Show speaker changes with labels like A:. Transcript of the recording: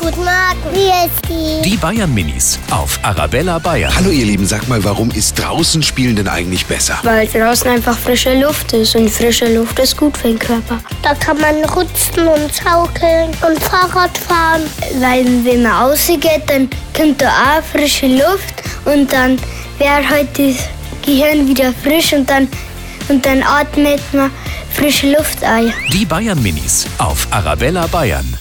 A: Guten Morgen. Wie ist die?
B: Die Bayern Minis auf Arabella Bayern.
C: Hallo ihr Lieben, sag mal, warum ist draußen spielen denn eigentlich besser?
D: Weil draußen einfach frische Luft ist und frische Luft ist gut für den Körper.
A: Da kann man rutschen und schaukeln und Fahrrad fahren.
D: Weil wenn man rausgeht, dann kommt da auch frische Luft und dann wäre halt das Gehirn wieder frisch und dann, und dann atmet man frische Luft ein.
B: Die Bayern Minis auf Arabella Bayern.